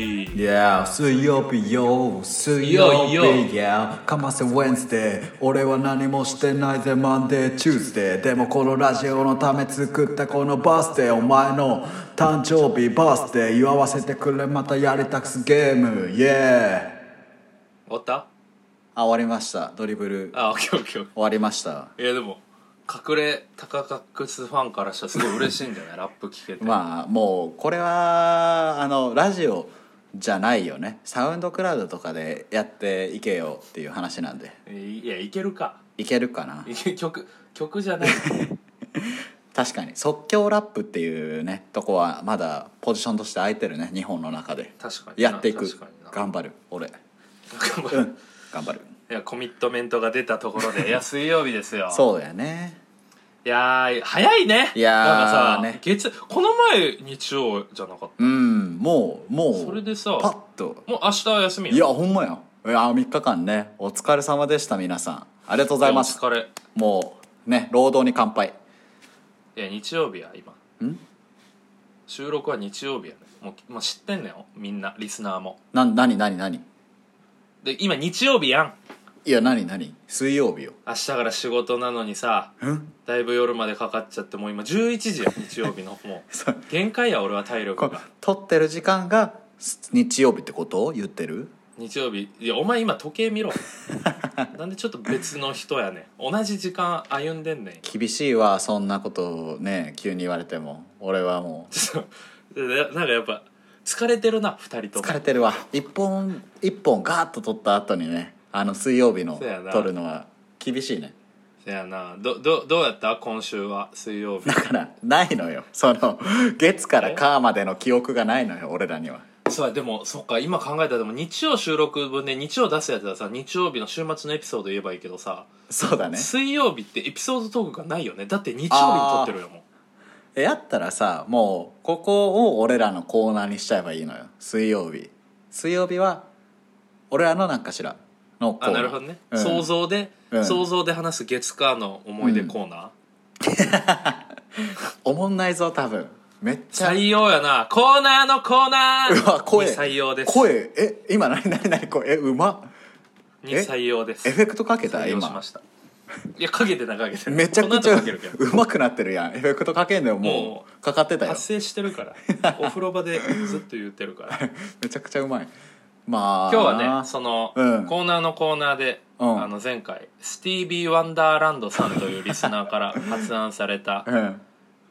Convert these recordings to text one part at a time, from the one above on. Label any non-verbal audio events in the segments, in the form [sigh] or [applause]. よ水曜日よ水曜日よかませ Wednesday 俺は何もしてないぜ Monday Tuesday でもこのラジオのため作ったこのバースデーお前の誕生日バースデー祝わせてくれまたやりたくすゲームイエー終わったあ終わりましたドリブル終あオッケーオッケーオッケわりましたーいやでも隠れ高カックスファンからしたらすごい嬉しいんじゃない [laughs] ラップ聞けて、まあもうこれはあのラジオじゃないよねサウンドクラウドとかでやっていけよっていう話なんでいやいけるかいけるかないけ曲曲じゃない確かに即興ラップっていうねとこはまだポジションとして空いてるね日本の中で確かになやっていく確かにな頑張る俺頑張うるん頑張るいやコミットメントが出たところ [laughs] でいや水曜日ですよそうだよねいやー早いねいやーなんかさ、ね月この前日曜じゃなかっうんもうもたうそれでさパッともう明日は休みよいやほんまやいや3日間ねお疲れ様でした皆さんありがとうございますお疲れもうね労働に乾杯いや日曜日や今ん収録は日曜日やねもうもう知ってんねんよみんなリスナーもな何何何で今日曜日やんいや何何水曜日よ明日から仕事なのにさんだいぶ夜までかかっちゃってもう今11時や日曜日 [laughs] のもそうう限界や俺は体力こが撮ってる時間が日曜日ってことを言ってる日曜日いやお前今時計見 [laughs] ろなんでちょっと別の人やねん同じ時間歩んでんねん厳しいわそんなことをね急に言われても俺はもちょっとななんかやっぱ疲れてるな2人うとも疲れてるわ一本一本ガーッと撮った後にねあの水曜日のそうやな撮るのは厳しいねせやなどどどうやった今週は水曜日だからないのよその月から火までの記憶がないのよ俺らにはそうやでもそっか今考えたらでも日曜収録分で日曜出すやつはさ日曜日の週末のエピソード言えばいいけどさそうだね水曜日ってエピソードトークがないよねだって日曜日に撮ってるよもうえやったらさもうここを俺らのコーナーにしちゃえばいいのよ水曜日水曜日は俺らのなんかしらのコーあナなーるほどね、うん想像で、うん想像で話す月火の思い出コーナー、おもんないぞ多分めっちゃ採用やなコーナーのコーナー [laughs] うわ声に採用です声え今何何何声えうまに採用ですエフェクトかけた採用し今ましたいやかけてないかけてないめちゃくちこのゃ後かけるけどうまくなってるやんエフェクトかけんのよももうかかってたよ発生してるからお風呂場でずっと言ってるからめちゃくちゃうまいまあ今日はねその、うんコーナーのコーナーで、うんあの前回スティービー・ワンダーランドさんというリスナーから [laughs] 発案されたうん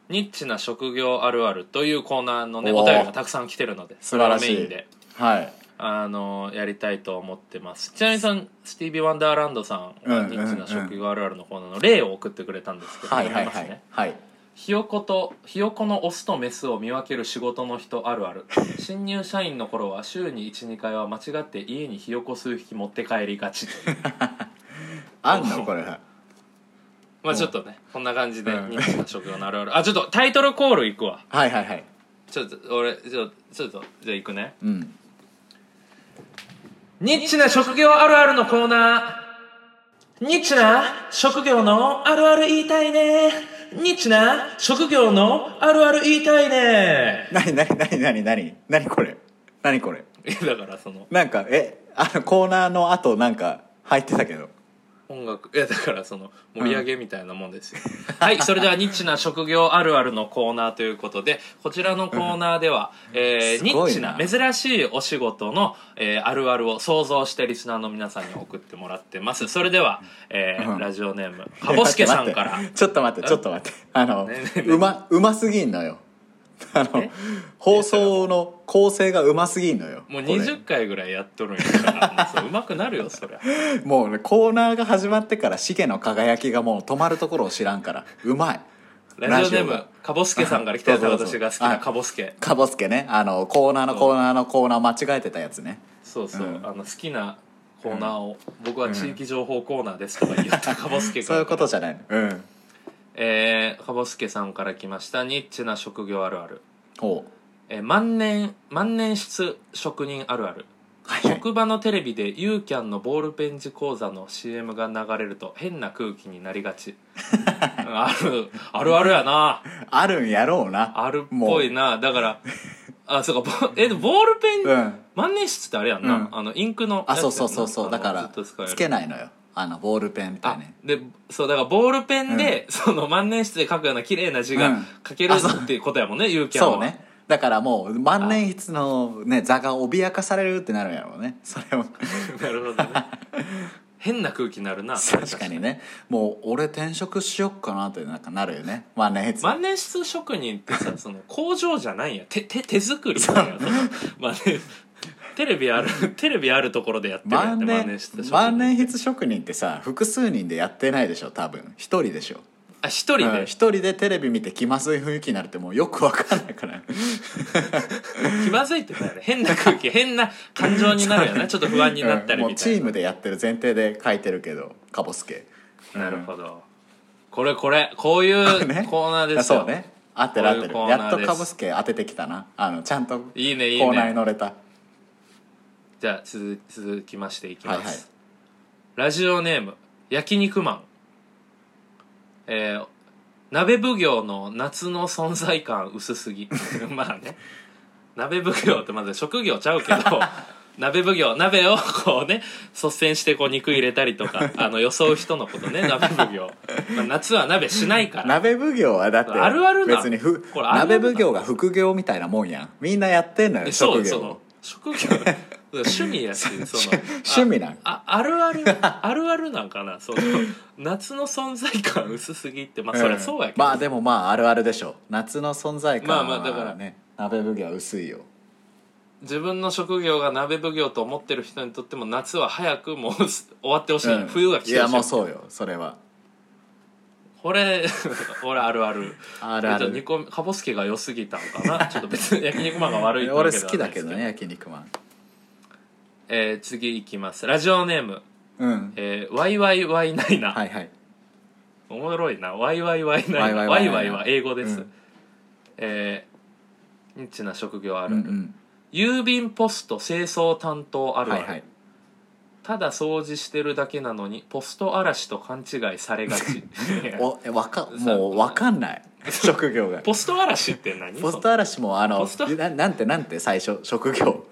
ニッチな職業あるあるというコーナーのねおーお便りがたくさん来てるので素晴らしそれをメインいではいあのやりたいと思ってますちなみにさんスティービー・ワンダーランドさんうんがうんニッチな職業あるあるのコーナーの例を送ってくれたんですけど、はいはい読みはますいねはいひよことひよこのオスとメスを見分ける仕事の人あるある新入社員の頃は週に12回は間違って家にひよこ数匹持って帰りが [laughs] ちというあんのこれはまあちょっとねこんな感じでうんニッチな職業のあるあるあちょっとタイトルコールいくわはいはいはいちょっと俺ちょちょっとじゃあいくねうんニッチな職業あるあるのコーナー。ニッチな職業のあるある言いたいね。ニッチな職業のあるある言いたい [laughs] ね。何何何何何何これ何これだからそのなんかえあのコーナーの後なんか入ってたけど音楽、いやだからその盛り上げみたいなもんですよ。はい、それではニッチな職業あるあるのコーナーということで、こちらのコーナーでは、えーすニごッいチなな珍しいお仕事の、えーあるあるを想像してリスナーの皆さんに送ってもらってます。それでは、えーうんラジオネーム、かぼすけさんから。ちょっと [laughs] 待ってちょっと待ってあのねえねえうまうますぎんのよあのえ放送の構成がうますぎんのよもうこれ20回ぐらいやっとるんやからそううまくなるよそりゃもうねコーナーが始まってからシゲの輝きがもう止まるところを知らんからうまいラジオネームがかぼすけさんから来たやつどうぞどうぞ私が好きなはいかぼすけかぼすけねあのコーナーのそうコーナーのコーナー間違えてたやつねそうそう、うんあの好きなコーナーを、僕は地域情報コーナーですとか言ったかぼすけかそうらいうことじゃないのうんえー、かぼすけさんから来ましたニッチな職業あるある、ほうえー万年万年筆職人あるあ [coughs] るはいはい職場のテレビでユーキャンのボールペン字講座の CM が流れると変な空気になりが [laughs] ちうんあるあるあるやなあるんやろうなあるっぽいなだからあそうかぼえでもボールペン、うん万年筆ってあれやんな、うんあのインクのあそうそうそうそうだからつつけけないのよあのボールペンみたいあねでそうだからボールペンで、その万年筆で書くような綺麗な字うがん書けるあそうっていうことやもんねゆうきゃんはそうねだからもう万年筆のね座が脅かされるってなるんやろうねそれを [laughs] なるほどね変な空気になるな [laughs] 確かにねもう俺転職しよっかなってなんかなるよね万年筆万年筆職人って [laughs] さその工場じゃないんや手手手作りなんやその万年テレビ [laughs] あるテレビあるところでやってるんや万ね万年年筆職人万年筆職人ってさ複数人でやってないでしょ多分一人でしょあ一人一で、うん、一人でテレビ見て気まずい雰囲気になるってもうよくわかんないから気まずいってことやね変な空気変な感情にな [laughs] るよねちょっと不安になったりうんもうみたチいームでやってる前提で書いてるけどカボスケな、なるほどこれこれこういう [laughs] ねコーナーですそよ、うね合ってる合ってるこういうコーナーやっとですカボスケ当ててきたなあのちゃんとコいいねいいーナーにね乗れたじゃあ続続きましていきます、はいはいラジオネーム焼肉マンえー、鍋奉行の夏の存在感薄すぎ [laughs] まあね鍋奉行ってまず職業ちゃう [laughs] けど鍋奉行鍋をこうね率先してこう肉入れたりとかあの装う人のことね鍋奉行、まあ夏は鍋しないから鍋奉行はだってあるあるな別にふこれあるあるな鍋奉行が副業みたいなもんやんみんなやってんのよえそ職うそ業のを職 [laughs] 業趣味やしその趣味なんああるあるあるあるなんかなその夏の存在感薄すぎってまあそりゃそうやけど、まあでもまああるあるでしょ夏の存在感はね、まあまあだから鍋奉行は薄いよ自分の職業が鍋奉行と思ってる人にとっても夏は早くもう終わってほしい、うん冬が来いてやほもうしいそうよそれはこれ俺あるあるあるあえっとニるコカボスケが良すぎたのかなちょっと別に焼肉マンが悪いってわ俺では好きだけどないねです焼肉マンけど、えー次いきますラジオネーム、うんえー、ワイワイワイナイナ、はいはいおもろいな「ワイワイワイナイナ」「ワワイイワワイワイナイナイ」は英語です、うんえー、ニッチな職業あうるんあうる、ん郵便ポスト清掃担当あるあはいる、はいただ掃除してるだけなのにポスト嵐と勘違いされがち [laughs] おえわかもうわかんない職業がポスト嵐って何ポスト嵐もあのポストななんてなんて最初職業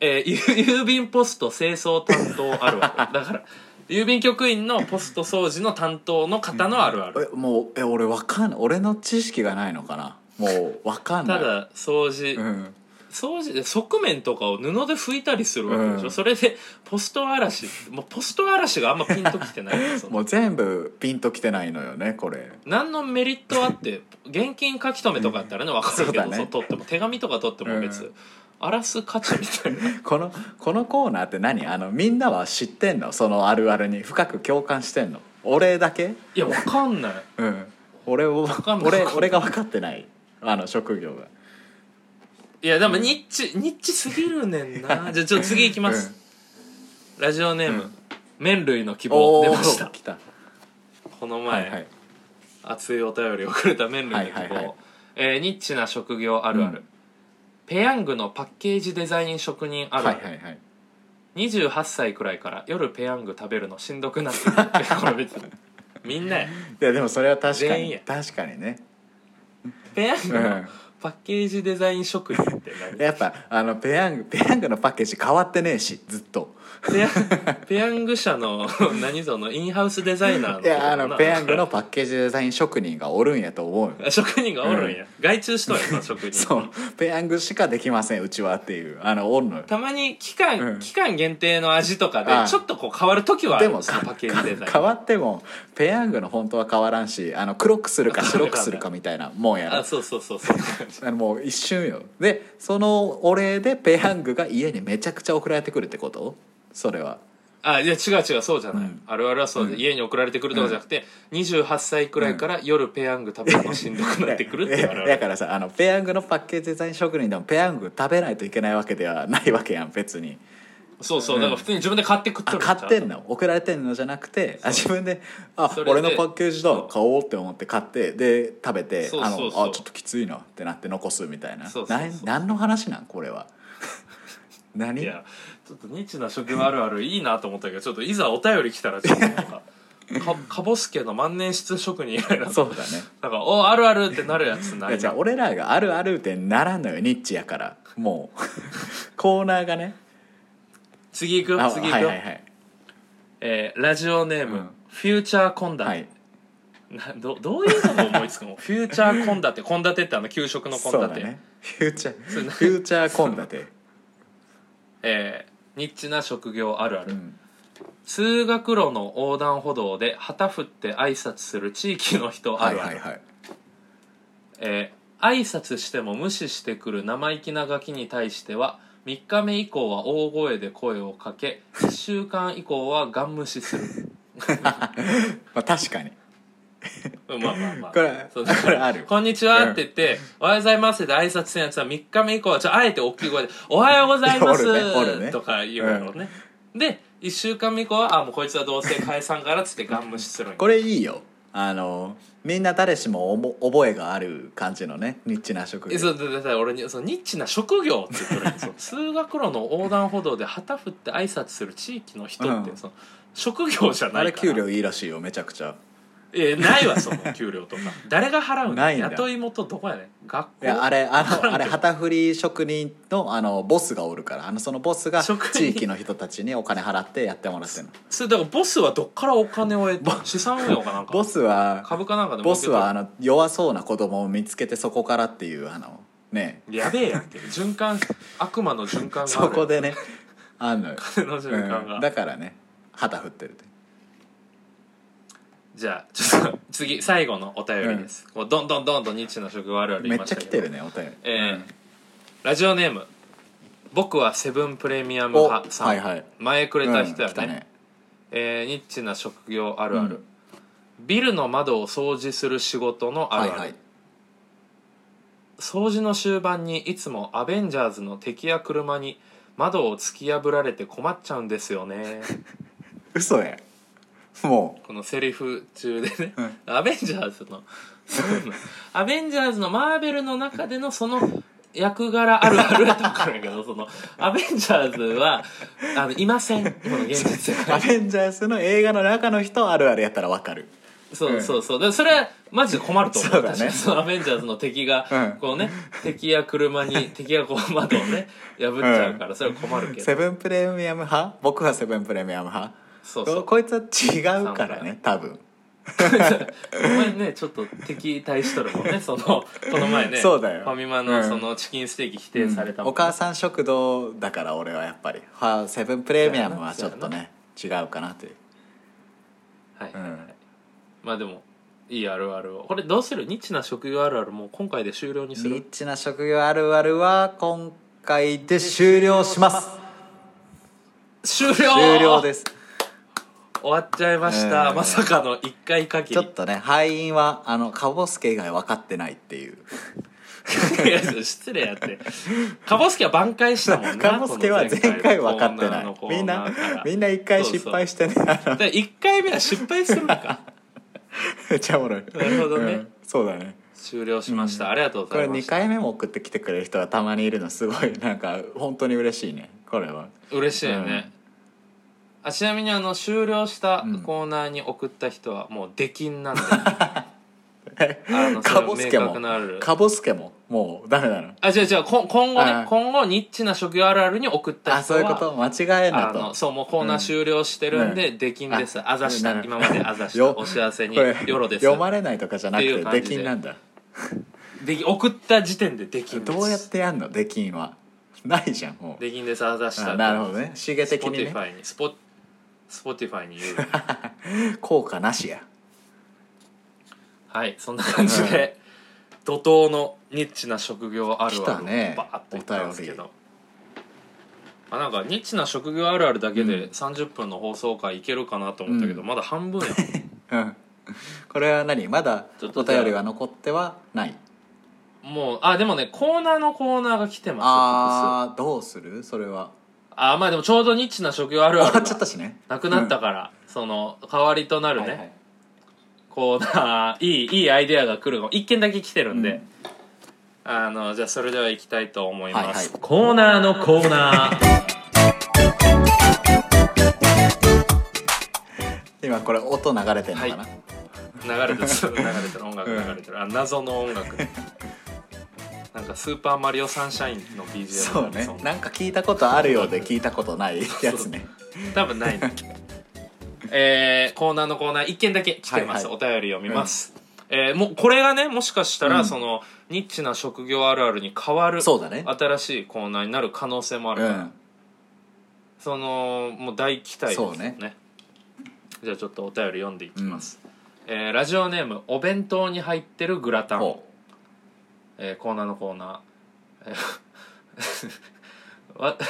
えー、 [laughs] 郵郵便ポスト清掃担当ある [laughs] あるだから郵便局員のポスト掃除の担当の方のあるある、えもうえ俺わかんない俺の知識がないのかなもうわかんないただ掃除、うん掃除で側面とかを布で拭いたりするわけでしょ、うんそれでポスト嵐もうポスト嵐があんまピンときて [laughs] ないそのもう全部ピンときてないのよねこれ何のメリットあって現金書き留めとかやったらね分かるけそうだど、ねそう取っても手紙とか取っても別、うん荒らす価値みたいなこのこのコーナーって何あのみんなは知ってんのそのあるあるに深く共感してんの俺だけいや分かんない [laughs] うん俺をかんない俺俺が分かってないあの職業がいやでもニッチニッチすぎるねん [laughs] なじゃあちょっと次いきます、ラジオネーム、麺類の希望お出おました来たこのは前、いはい熱いお便りをくれた麺類の希望、はいはいはいえーニッチな職業あるある、うんペヤングのパッケージデザイン職人あはいるあはる、いはい28歳くらいから夜ペヤング食べるのしんどくなってるこれ別 [laughs] にみんなやいやでもそれは確か全員にや確かにねペヤングうんのパッケージデザイン職人って何やっぱあのペヤングペヤングのパッケージ変わってねえしずっとペヤンペヤング社の [laughs] 何ぞのインハウスデザイナーのいやあのなペヤングのパッケージデザイン職人がおるんやと思うよあ職人がおるんや、外注しとんやその職人 [laughs] そうペヤングしかできませんうちはっていうあのおんのよたまに期間、うん期間限定の味とかでああちょっとこう変わる時はあでるもそのさパッケージデザイン変わってもペヤングの本当は変わらんしあの黒くするか白くするかみたいなもんやろあそうそうそうそうあのもう一瞬よでそのお礼でペヤングが家にめちゃくちゃ送られてくるってことそれはあいや違う違うそうじゃない、うんあるあるはそうで、うん家に送られてくるとかじゃなくて、28歳くらいから夜ペヤング食べるのしんどくなってくるっていうあるあだるだからさあのペヤングのパッケージデザイン職人でもペヤング食べないといけないわけではないわけやん別にそうそうだから普通に自分で買って食っとある買ってんのの送られてんのじゃなくてあ自分で「あそれで俺のパッケージだ買おう」って思って買ってで食べて「そうあそうそうのあちょっときついな」ってなって残すみたいなそうそうそうなん何の話なんこれは [laughs] 何いやちょっとニッチな職業あるあるいいなと思ったけどちょっといざお便り来たらちょっとなんかかかぼすけの万年筆職人みたいなそうだねなんか「おあるある」ってなるや [laughs] つないいやじゃあ俺らがあるあるってならんのよニッチやからもう [laughs] コーナーがね次行くあよ次行はくいよ、はいはいえーラジオネーム、うんフューチャーコンダ、はいなどどういうのも思いつ [laughs] くのフューチャーコンダってコンダテってあの給食のコンそダうだテ、ねフューチャそうーだフューチャ [laughs] ー献立えーニッチな職業あるある、うん通学路の横断歩道で旗振って挨拶する地域の人あはいるあはいる、はいえー挨拶しても無視してくる生意気なガキに対しては3日目以降は大声で声をかけ1週間以降はガン無視するまあ確かに [laughs] まあま [laughs] あまあこれそうだこれあるこんにちはって言って、おはようございますって挨拶せんやつは3日目以降は、ちょ、あえて大きい声で、 [laughs] おはようございますおるねおるねとか言うのね。で、1週間目以降は、あ、もうこいつはどうせ解散からっつってガン無視するんよこれいいよあのみんな誰しもおも覚えがある感じのねニッチな職えそ業うだだだ俺にそのニッチな職業って言ってるんです [laughs] よ通学路の横断歩道で旗振って挨拶する地域の人って、うんその職業じゃなあいれから給料いいらしいよめちゃくちゃえないわその給料とか誰が払うんだないんだ雇い元どこやねん学い校やあれあのあれ旗振り職人のあのボスがおるからあのそのボスが職人地域の人たちにお金払ってやってもらってるのそれだからボスはどっからお金を得て資産運用かなんかボスは株かなんかで儲ボけスとるはあの弱そうな子供を見つけてそこからっていうあのねやべえやんって循環悪魔の循環があるそこでねあんのよ、の循環が、うんだからね旗振ってるってじゃあちょっと次最後のお便りです、こうどんどんどんどんニッチな職業あるあるめ言いっまちゃした来けどてるねお便り、えーうんラジオネーム僕はセブンプレミアムお派さん、はいはい前くれた人やうん来たね,、えーニッチな職業あるある、うビルの窓を掃除する仕事のあはるあいる、はい掃除の終盤にいつもアベンジャーズの敵や車に窓を突き破られて困っちゃうんですよね嘘やもこのセリフ中でね、うんアベンジャーズのそのアベンジャーズのマーベルの中でのその役柄あるあるやと分かるんやけどそのアベンジャーズはあのいませんこの現実世うア界ベンジャーズの映画の中の人あるあるやったらわかるそうそうそうだからそれはマジで困ると思うそうだね確かにそのアベンジャーズの敵が、うんこうね敵や車に敵がこう窓をね破っちゃうから、それは困るけどセブンプレミアム派僕はセブンプレミアム派そうそうこいつは違うからね多分 [laughs] お前ねちょっと敵対しとるもんねそのこの前ねそうだよファミマうのんそのチキンステーキ否定されたもん、お母さん食堂だから俺はやっぱりはセブンプレミアムはちょっとね違うかなというはいはいはい、まあでもいいあるあるをこれどうするニッチな職業あるあるもう今回で終了にすニッるチな職業あるあるは今回で終了します終了終了です終わっちゃいました、うんまさかの1回限ちょりっとね敗因はあのカボスケ以外分かってないっていう [laughs] いや失礼やってカボスケは挽回したもんなカボスケは前回分かってないみんなみんな一回失敗ししてねあの1回目は失敗するのかめっちゃおもろいなるほどねうんそうだね終了しました、ありがとうごこざれいま2した回目も送ってきてくれる人がたまにいるのすごいなんか本当に嬉しいねこれは嬉しいよね、あちなみにあの終了したうんコーナーに送った人はもう出禁 [laughs] なんで、のカボスケそれ明も確なるカボスケももうダメなのあ違う違うこ今後あねー今後ニッチな職業あるあるに送った人はあそういうこと間違えんあなのとそうもうコーナー終了してるんで、うん出禁ですあざしなたる今まであざしよたお幸せにこれよろです読まれないとかじゃなくっていてう感じ出で禁なんだで送った時点で出禁ですどうやってやんの出禁はないじゃんもう出禁ですあざしあたなるほどね刺激ス的ポテにィねファイにスポスポティファイに言う効果なしやはいそんな感じで、怒涛のニッチな職業ある来あたるをねバーッと言ったんですけど、おあなんかニッチな職業あるあるだけで30分の放送回いけるかなと思ったけど、うまだ半分やんうんこれは何まだちょっおとじゃあ便りは残ってはないもうあでもねコーナーのコーナーが来てますあーどうするそれはあーまあでもちょうどニッチな職業あ終るあわるっちゃっがたしねなくなったから、その代わりとなるね、はいはいコーナーいいいいアイデアが来るの一件だけ来てるんで、あのじゃあそれでは行きたいと思います、はいはいコーナーのコーナー今今これ音流れてんのかな、はい流れてる流れてる音楽流れてるあ謎の音楽なんか「スーパーマリオサンシャイン」の BGM そうねそんななんか聞いたことあるようで聞いたことないやつね多分ないね [laughs] えーコーナーのコーナー1件だけ来てます、はいお便り読みます、えーもうこれがねもしかしたら、そのニッチな職業あるあるに変わるそうだね新しいコーナーになる可能性もあるうから、んそのもう大期待ですそうねねじゃあちょっとお便り読んでいきます、えーラジオネームお弁当に入ってるグラタンほえーコーナーのコーナーえーわ [laughs]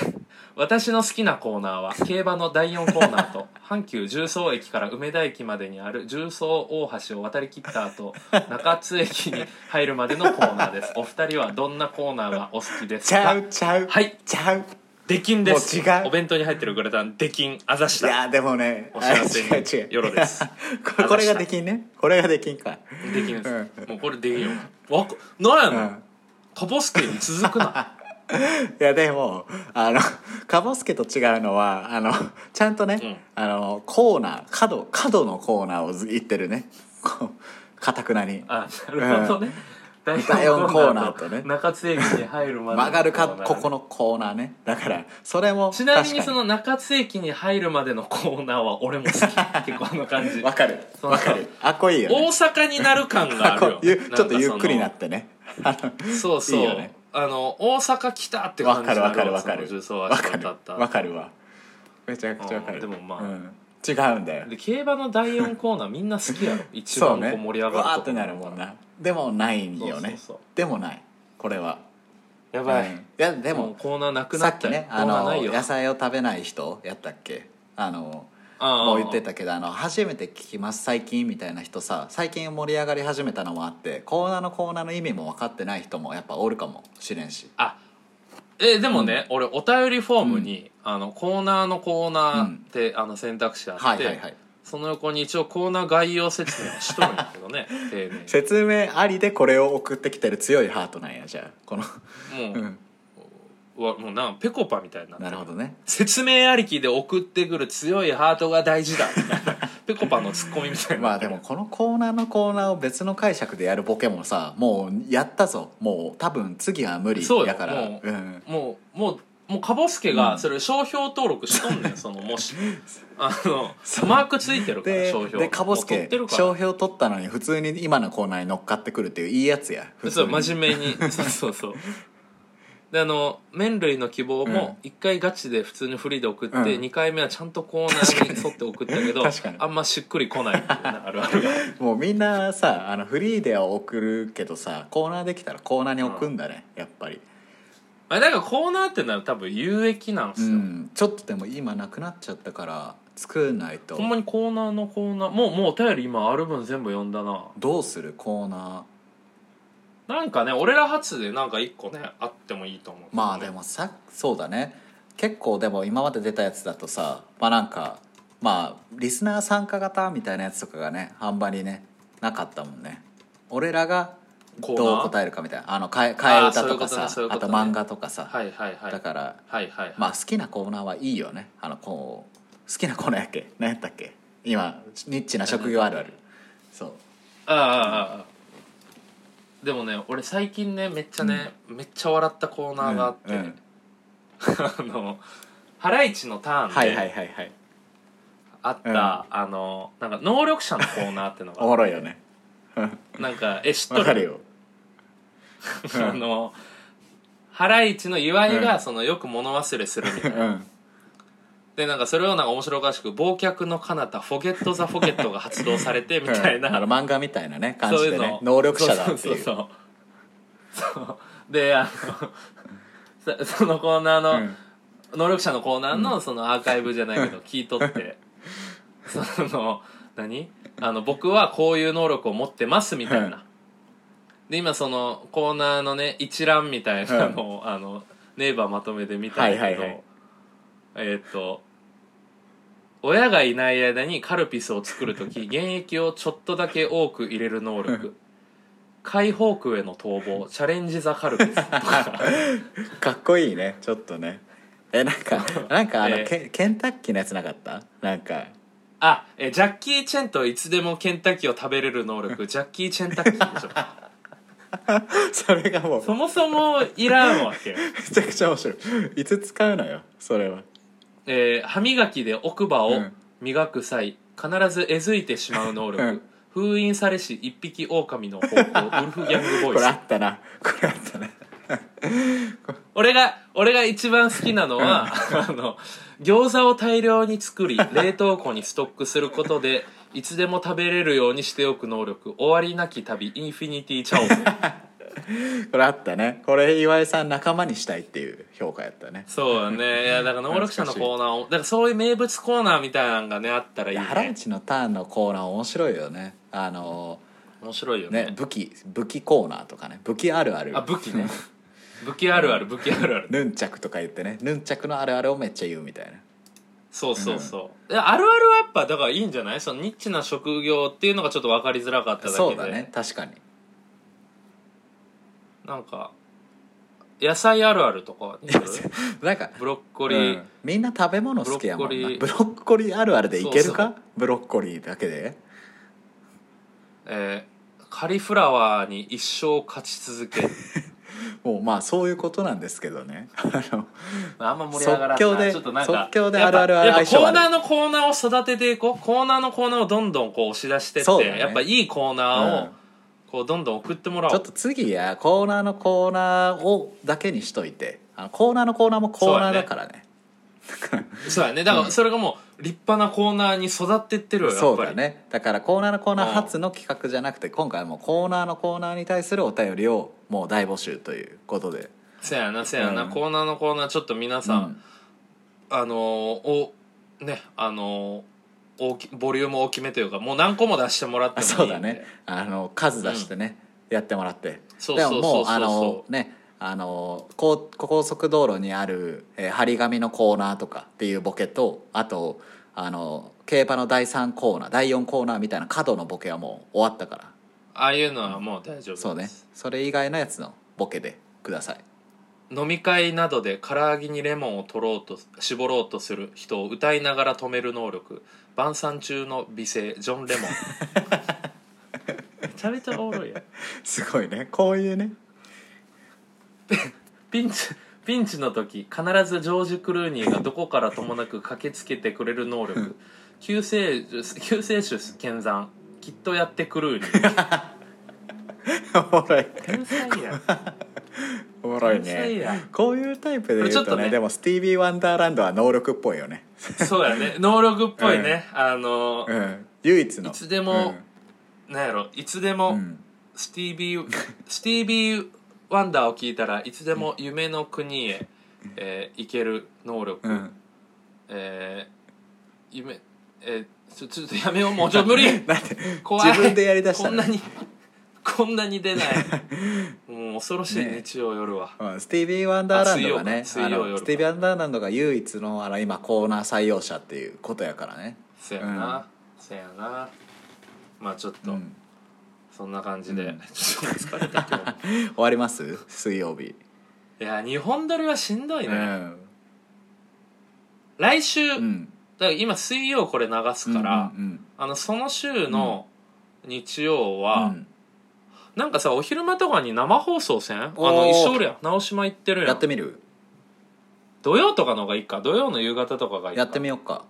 私の好きなコーナーは競馬の第4コーナー [laughs] と阪急十三駅から梅田駅までにある十三大橋を渡り切った後中津駅に入るまでのコーナー [laughs] ですお二人はどんなコーナーがお好きですちゃかうちゃうはいちゃう出禁ですもう違うお弁当に入ってるグラタン出禁あざしいたやでもねお幸せにあ違う違う夜です [laughs] これこれができんねこれができんかできんです、うもうこれできんよわかなんやうの、んカボスケに続くないやでもあのカボスケと違うのはあのちゃんとね、うんあのコーナー角角のコーナーをず言ってるねこうかたくなにあなるほどね、第4コーナーとね中津駅に入るまでの曲がるかコーナーここのコーナーねだからそれもちなみに確かその中津駅に入るまでのコーナーは俺も好き結構あの感じ [laughs] わかるそのわかるあっこいいよ大ね阪になる感がある [laughs] こようゆちょっとゆっくりななんっかてねあのそのそうそういいよねあの大阪来たってわ感じかにるなわるかよるわかるその重曹わ足か立るったわかるわめちゃくちゃわかうんるでもまあうん違うんだよで競馬の第4コーナーみんな好 [laughs] きやろ一番こう盛り上がるわーとっこてなるもんなでもないんよそうねそうそうでもないこれはやばい、うんいやででももうコーナーなくさなっっきたねよあコーナーのないよ野菜を食べない人やったっけあのああもう言ってたけどあの初めて聞きます最近みたいな人さ最近盛り上がり始めたのもあってコーナーのコーナーの意味も分かってない人もやっぱおるかもしれんしあえでもね、俺お便りフォームに、あのコーナーのコーナーって、あの選択肢あって、はいはいはいその横に一応コーナー概要説明しとるんだけど [laughs] ね丁寧説明ありでこれを送ってきてる強いハートなんやじゃあこのにもうう,、んわもうなんペコパみたいになってなるほどね説明ありきで送ってくる強いハートが大 [laughs] 事だみたいなペコパのツッコミみたいなまあでもこのコーナーのコーナーを別の解釈でやるボケもさもうやったぞもう多分次は無理そうよやからもうんもうもうもうカボスケがそれ商標登録しとんねん、そのも [laughs] しあのマークついてるからで商標でかぼすもう取けってるから商標取ったのに普通に今のコーナーに乗っかってくるっていういいやつや普そ通うに真面目に [laughs] そうそうそうであの麺類の希望も1回ガチで普通にフリーで送って、うん2回目はちゃんとコーナーに沿って送ったけど確かにあんましっくりこないっていうねあるあるがもうみんなさあのフリーでは送るけどさコーナーできたらコーナーに置くんだね、やっぱり、 [laughs] まあなんかコーナーってなら多分有益なんでうすよ、ん、ちょっとでも今なくなっちゃったから作んないとほんまにコーナーのコーナーもうもうお便り今ある分全部読んだなどうするコーナなんかね俺ら初でなんか1個ねあってもいいと思う、ーまあでもさそうだね結構でも今まで出たやつだとさまあなんかまあリスナー参加型みたいなやつとかがねあんまりねなかったもんね俺らがコーナーどう答えるかみたいなあの替え替え歌とかあさーそういうあことねそういうこととね漫画とかさ、はいはいはいはだいからはいはいまあ好きなコーナーはいいよねあのこう好きなコーナーやっけ何やったっけ今ニッチな職業あるあるそうああああああでもね俺最近ねめっちゃね、めっちゃ笑ったコーナーがあって、うんうん [laughs] あのハライチのターンはいはいではいはいあった、うんあのなんか能力者のコーナーっての [laughs] おもがろいよねなんかえ知っとわるかるよあのハライチの岩井が、そのよく物忘れするみたういなんでなんかそれをなんか面白おかしく「忘却の彼方フォゲット・ザ・フォゲット」が発動されてみたいな、うんあの漫画みたいなね感そうじいでうねの能力者だっていうそうそうそうそうそうであの [laughs] そそのコーナーの、うん能力者のコーナーのそのアーカイブじゃないけ [laughs] ど聞いとってその何あの僕はこういう能力を持ってますみたいな、うんで今そのコーナーのね一覧みたいなのを、あのネイバーまとめて見たんだけど、はいはいはいえーっと親がいない間にカルピスを作る [laughs] 時原液をちょっとだけ多く入れる能力解放区への逃亡チャレンジ・ザ・カルピスとかかっこいいね [laughs] ちょっとねえなんかなんかあの、えーケケンタッキーのやつなかったなんかあえジャッキー・チェンといつでもケンタッキーを食べれる能 [laughs] 力ジャッキー・チェンタッキーでしょそれがもうそもそもいらんわけよ、めちゃくちゃ面白いいつ使うのよそれはえー歯磨きで奥歯うをん磨く際必ずえずいてしまう能力、うん封印されし一匹狼の方 [laughs] 向ウルフギャングボこーれあイスったなこれあったな俺が俺が一番好きなのは [laughs] あの餃子を大量に作り冷凍庫にストックすることでいつでも食べれるようにしておく能力終わりなき旅インフィニティ・チャオズこれあったねこれ岩井さん仲間にしたいっていう評価やったねそうだねいやだから能力者のコーナーをだからそういう名物コーナーみたいなのがねあったらいいいやハラねイチのターンのコーナー面白いよねあの面白いよーねね武器武器コーナーとかね武器あるあるあ武器 [laughs] ね武器あるある武器あるあるヌンチャクとか言ってねヌンチャクのあるあるをめっちゃ言うみたいなそうそうそう、いやあるあるはやっぱだからいいんじゃないそのニッチな職業っていうのがちょっと分かりづらかっただけでそうだね確かになんか野菜あるあると [laughs] かにするなんかブロッコリー、うんみんな食べ物好きやもんなブブロッコリーあるあるでいけるかそうブロッコリーだけでえーカリフラワーに一生勝ち続けるもうまあそういうことなんですけどねあのあんま盛り上がらんな即興でちょっとなんか即興であるあるはやっぱや相っぱコ性悪ーいナーのコーナーを育てていこうコーナーのコーナーをどんどんこう押し出してって、そうだねやっぱいいコーナーうをんこうどんどん送ってもらおうちょっと次やコーナーのコーナーをだけにしといてあのコーナーのコーナーもコーナーだからねそうやねだからそれがもう立派なコーナーに育ってってるよやっぱそりうだねだからコーナーのコーナうーん初の企画じゃなくて今回はもうコーナーのコーナーに対するお便りをもう大募集ということでせやなせやな、うんコーナーのコーナーちょっと皆さん、あのーおねあのー大きボリューム大きめというかもう何個も出してもらってあもいいんでそうだねあの数出してね、やってもらってそうそうそうそうでももうあのねあの高高速道路にある、えー張り紙のコーナーとかっていうボケとあとあの競馬の第3コーナー第4コーナーみたいな角のボケはもう終わったからああいうのはもう大丈夫ですそうねそれ以外のやつのボケでください飲み会などで唐揚げにレモンを取ろうと絞ろうとする人を歌いながら止める能力晩餐中の美声ジョン・レモン [laughs] めちゃめちゃおもろいやんすごいねこういうね [laughs] ピンチピンチの時必ずジョージ・クルーニーがどこからともなく駆けつけてくれる能力救世主救世主健山きっとやってクルーニーおもろい天才やんおもろい天才ねやこういうタイプで言うちょとっとねねでもスティービー・ワンダーランドは能力っぽいよね、そうやね能力っぽいね、あのうん、唯一のいつでもなんやろいつでも、うんうんスティービースティービー・ワンダーを聞いたらいつでも夢の国へ、えー行ける能力、うんえー夢えーちょちょっとやめようもうちょっと無理 [laughs] なんで怖い自分でやりだしたこんのなにこんなに [laughs] 出ないもう恐ろしいね日曜夜は、うんスティービー・ワンダーランドがねあ水曜かあ水曜の夜かスティービー・ワンダーランドが唯一のあの今コーナー採用者っていうことやからね、せやな、せやなまあちょっうと、ん、そんな感じで、うんちょっと疲れた今 [laughs] 日も終わります水曜日、いや日本撮りはしんどいね、うん来週、うだんから今水曜これ流すから、うんうんあのその週の日曜うは、んなんかさお昼間とかに生放送せんあおーの一緒おるやん直島行ってるややっんてみる土曜とかの方がいいか土曜の夕方とかがいいかやってみようか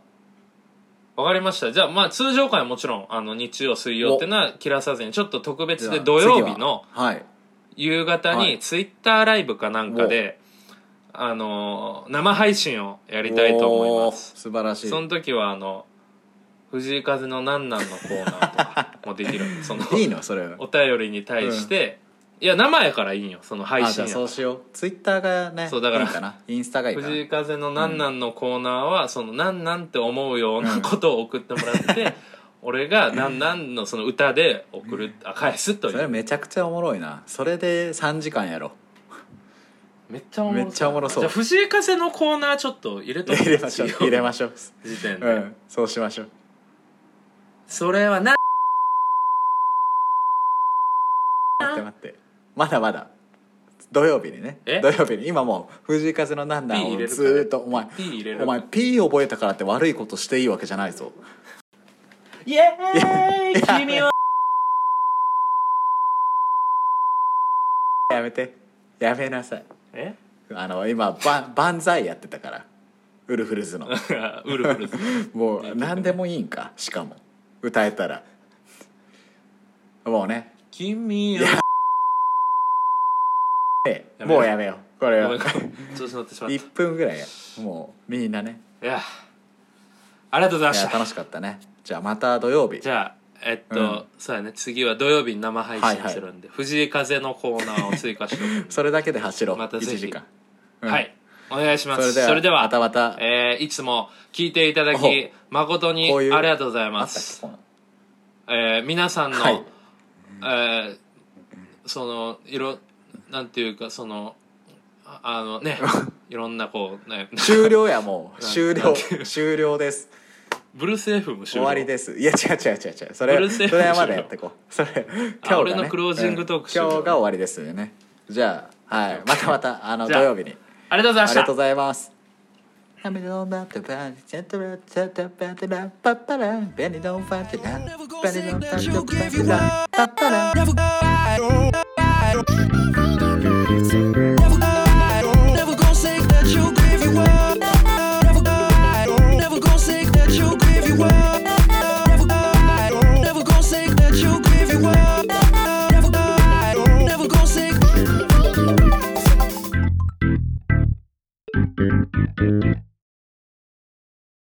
わかりましたじゃあまあ通常回はもちろんあの日曜水曜ってのは切らさずにちょっと特別で土曜日のじゃあ次ははい夕方はいにツイッターライブかなんかで、あのー生配信をやりたいと思いまおすー素晴らしいその時はあの藤井風の「なんなん」のコーナーとかもでき [laughs] るそのいいのそれお便りに対して、いや生やからいいんよその配あじ信ゃあやそうしようツイッターがねそうだからいいかなインスタがいいかな藤井風の「なんなん」のコーナーは、その「なんなん」って思うようなことを送ってもらって、 [laughs] 俺が「なんなん」のその歌で送るあ返すといそれうめちゃくちゃおもろいなそれで3時間やろうめっちゃおもろそうめっちゃおもろそうじゃあ藤井風のコーナーちょっと入れと入れましょう入れま [laughs] しょうう時点で、うんそうしましょうそれはな待って待ってまだまだ土曜日にねえ土曜日に今もう藤井風のなんだピー入をれるずーっとお前 P 入れるお前 P 覚えたからって悪いことしていいわけじゃないぞイエーイ君 [laughs] はやめてやめなさい [laughs] えあの今ば万歳やってたからウルフルズ [laughs] のウルフルズ [laughs] もう何でもいいんかしかも歌えたらもうね君はね [laughs] やめようもうやめようこれごめはんごめん調子乗ってし [laughs] まっ1分ぐらいやもうみんなねたいやありがとうございまいしやた楽しかったねじゃあまた土曜日じゃあえっと、うんそうやね次は土曜日に生配はいは信いするんで、藤井風のコーナーを追加しようと思います [laughs] それだけで走ろうまた1ぜひ時間うんはい。お願いしまそす。れそでれはでは、またまたえーいつも聞いていただき、誠にこういうありがとうございあまったっすけ。このえー皆さんの、はいえーその、いろ、なんていうか、その、ああの [laughs] ね、いろんなこう、ね、終了やもうなん終なん了て [laughs] いう終了ですブルース F も終終了わりですいや違う違う違う違うそブルれース F それはま終了だやってこうそれあ今日がね俺のクロージングトークうん終了今日が終わりですよねじゃあはいまたまたあのじ土ゃあ曜日にありがとうございあましりがたとうご。ざいます。Never Never gonna say that you gave you up. Never, I don't,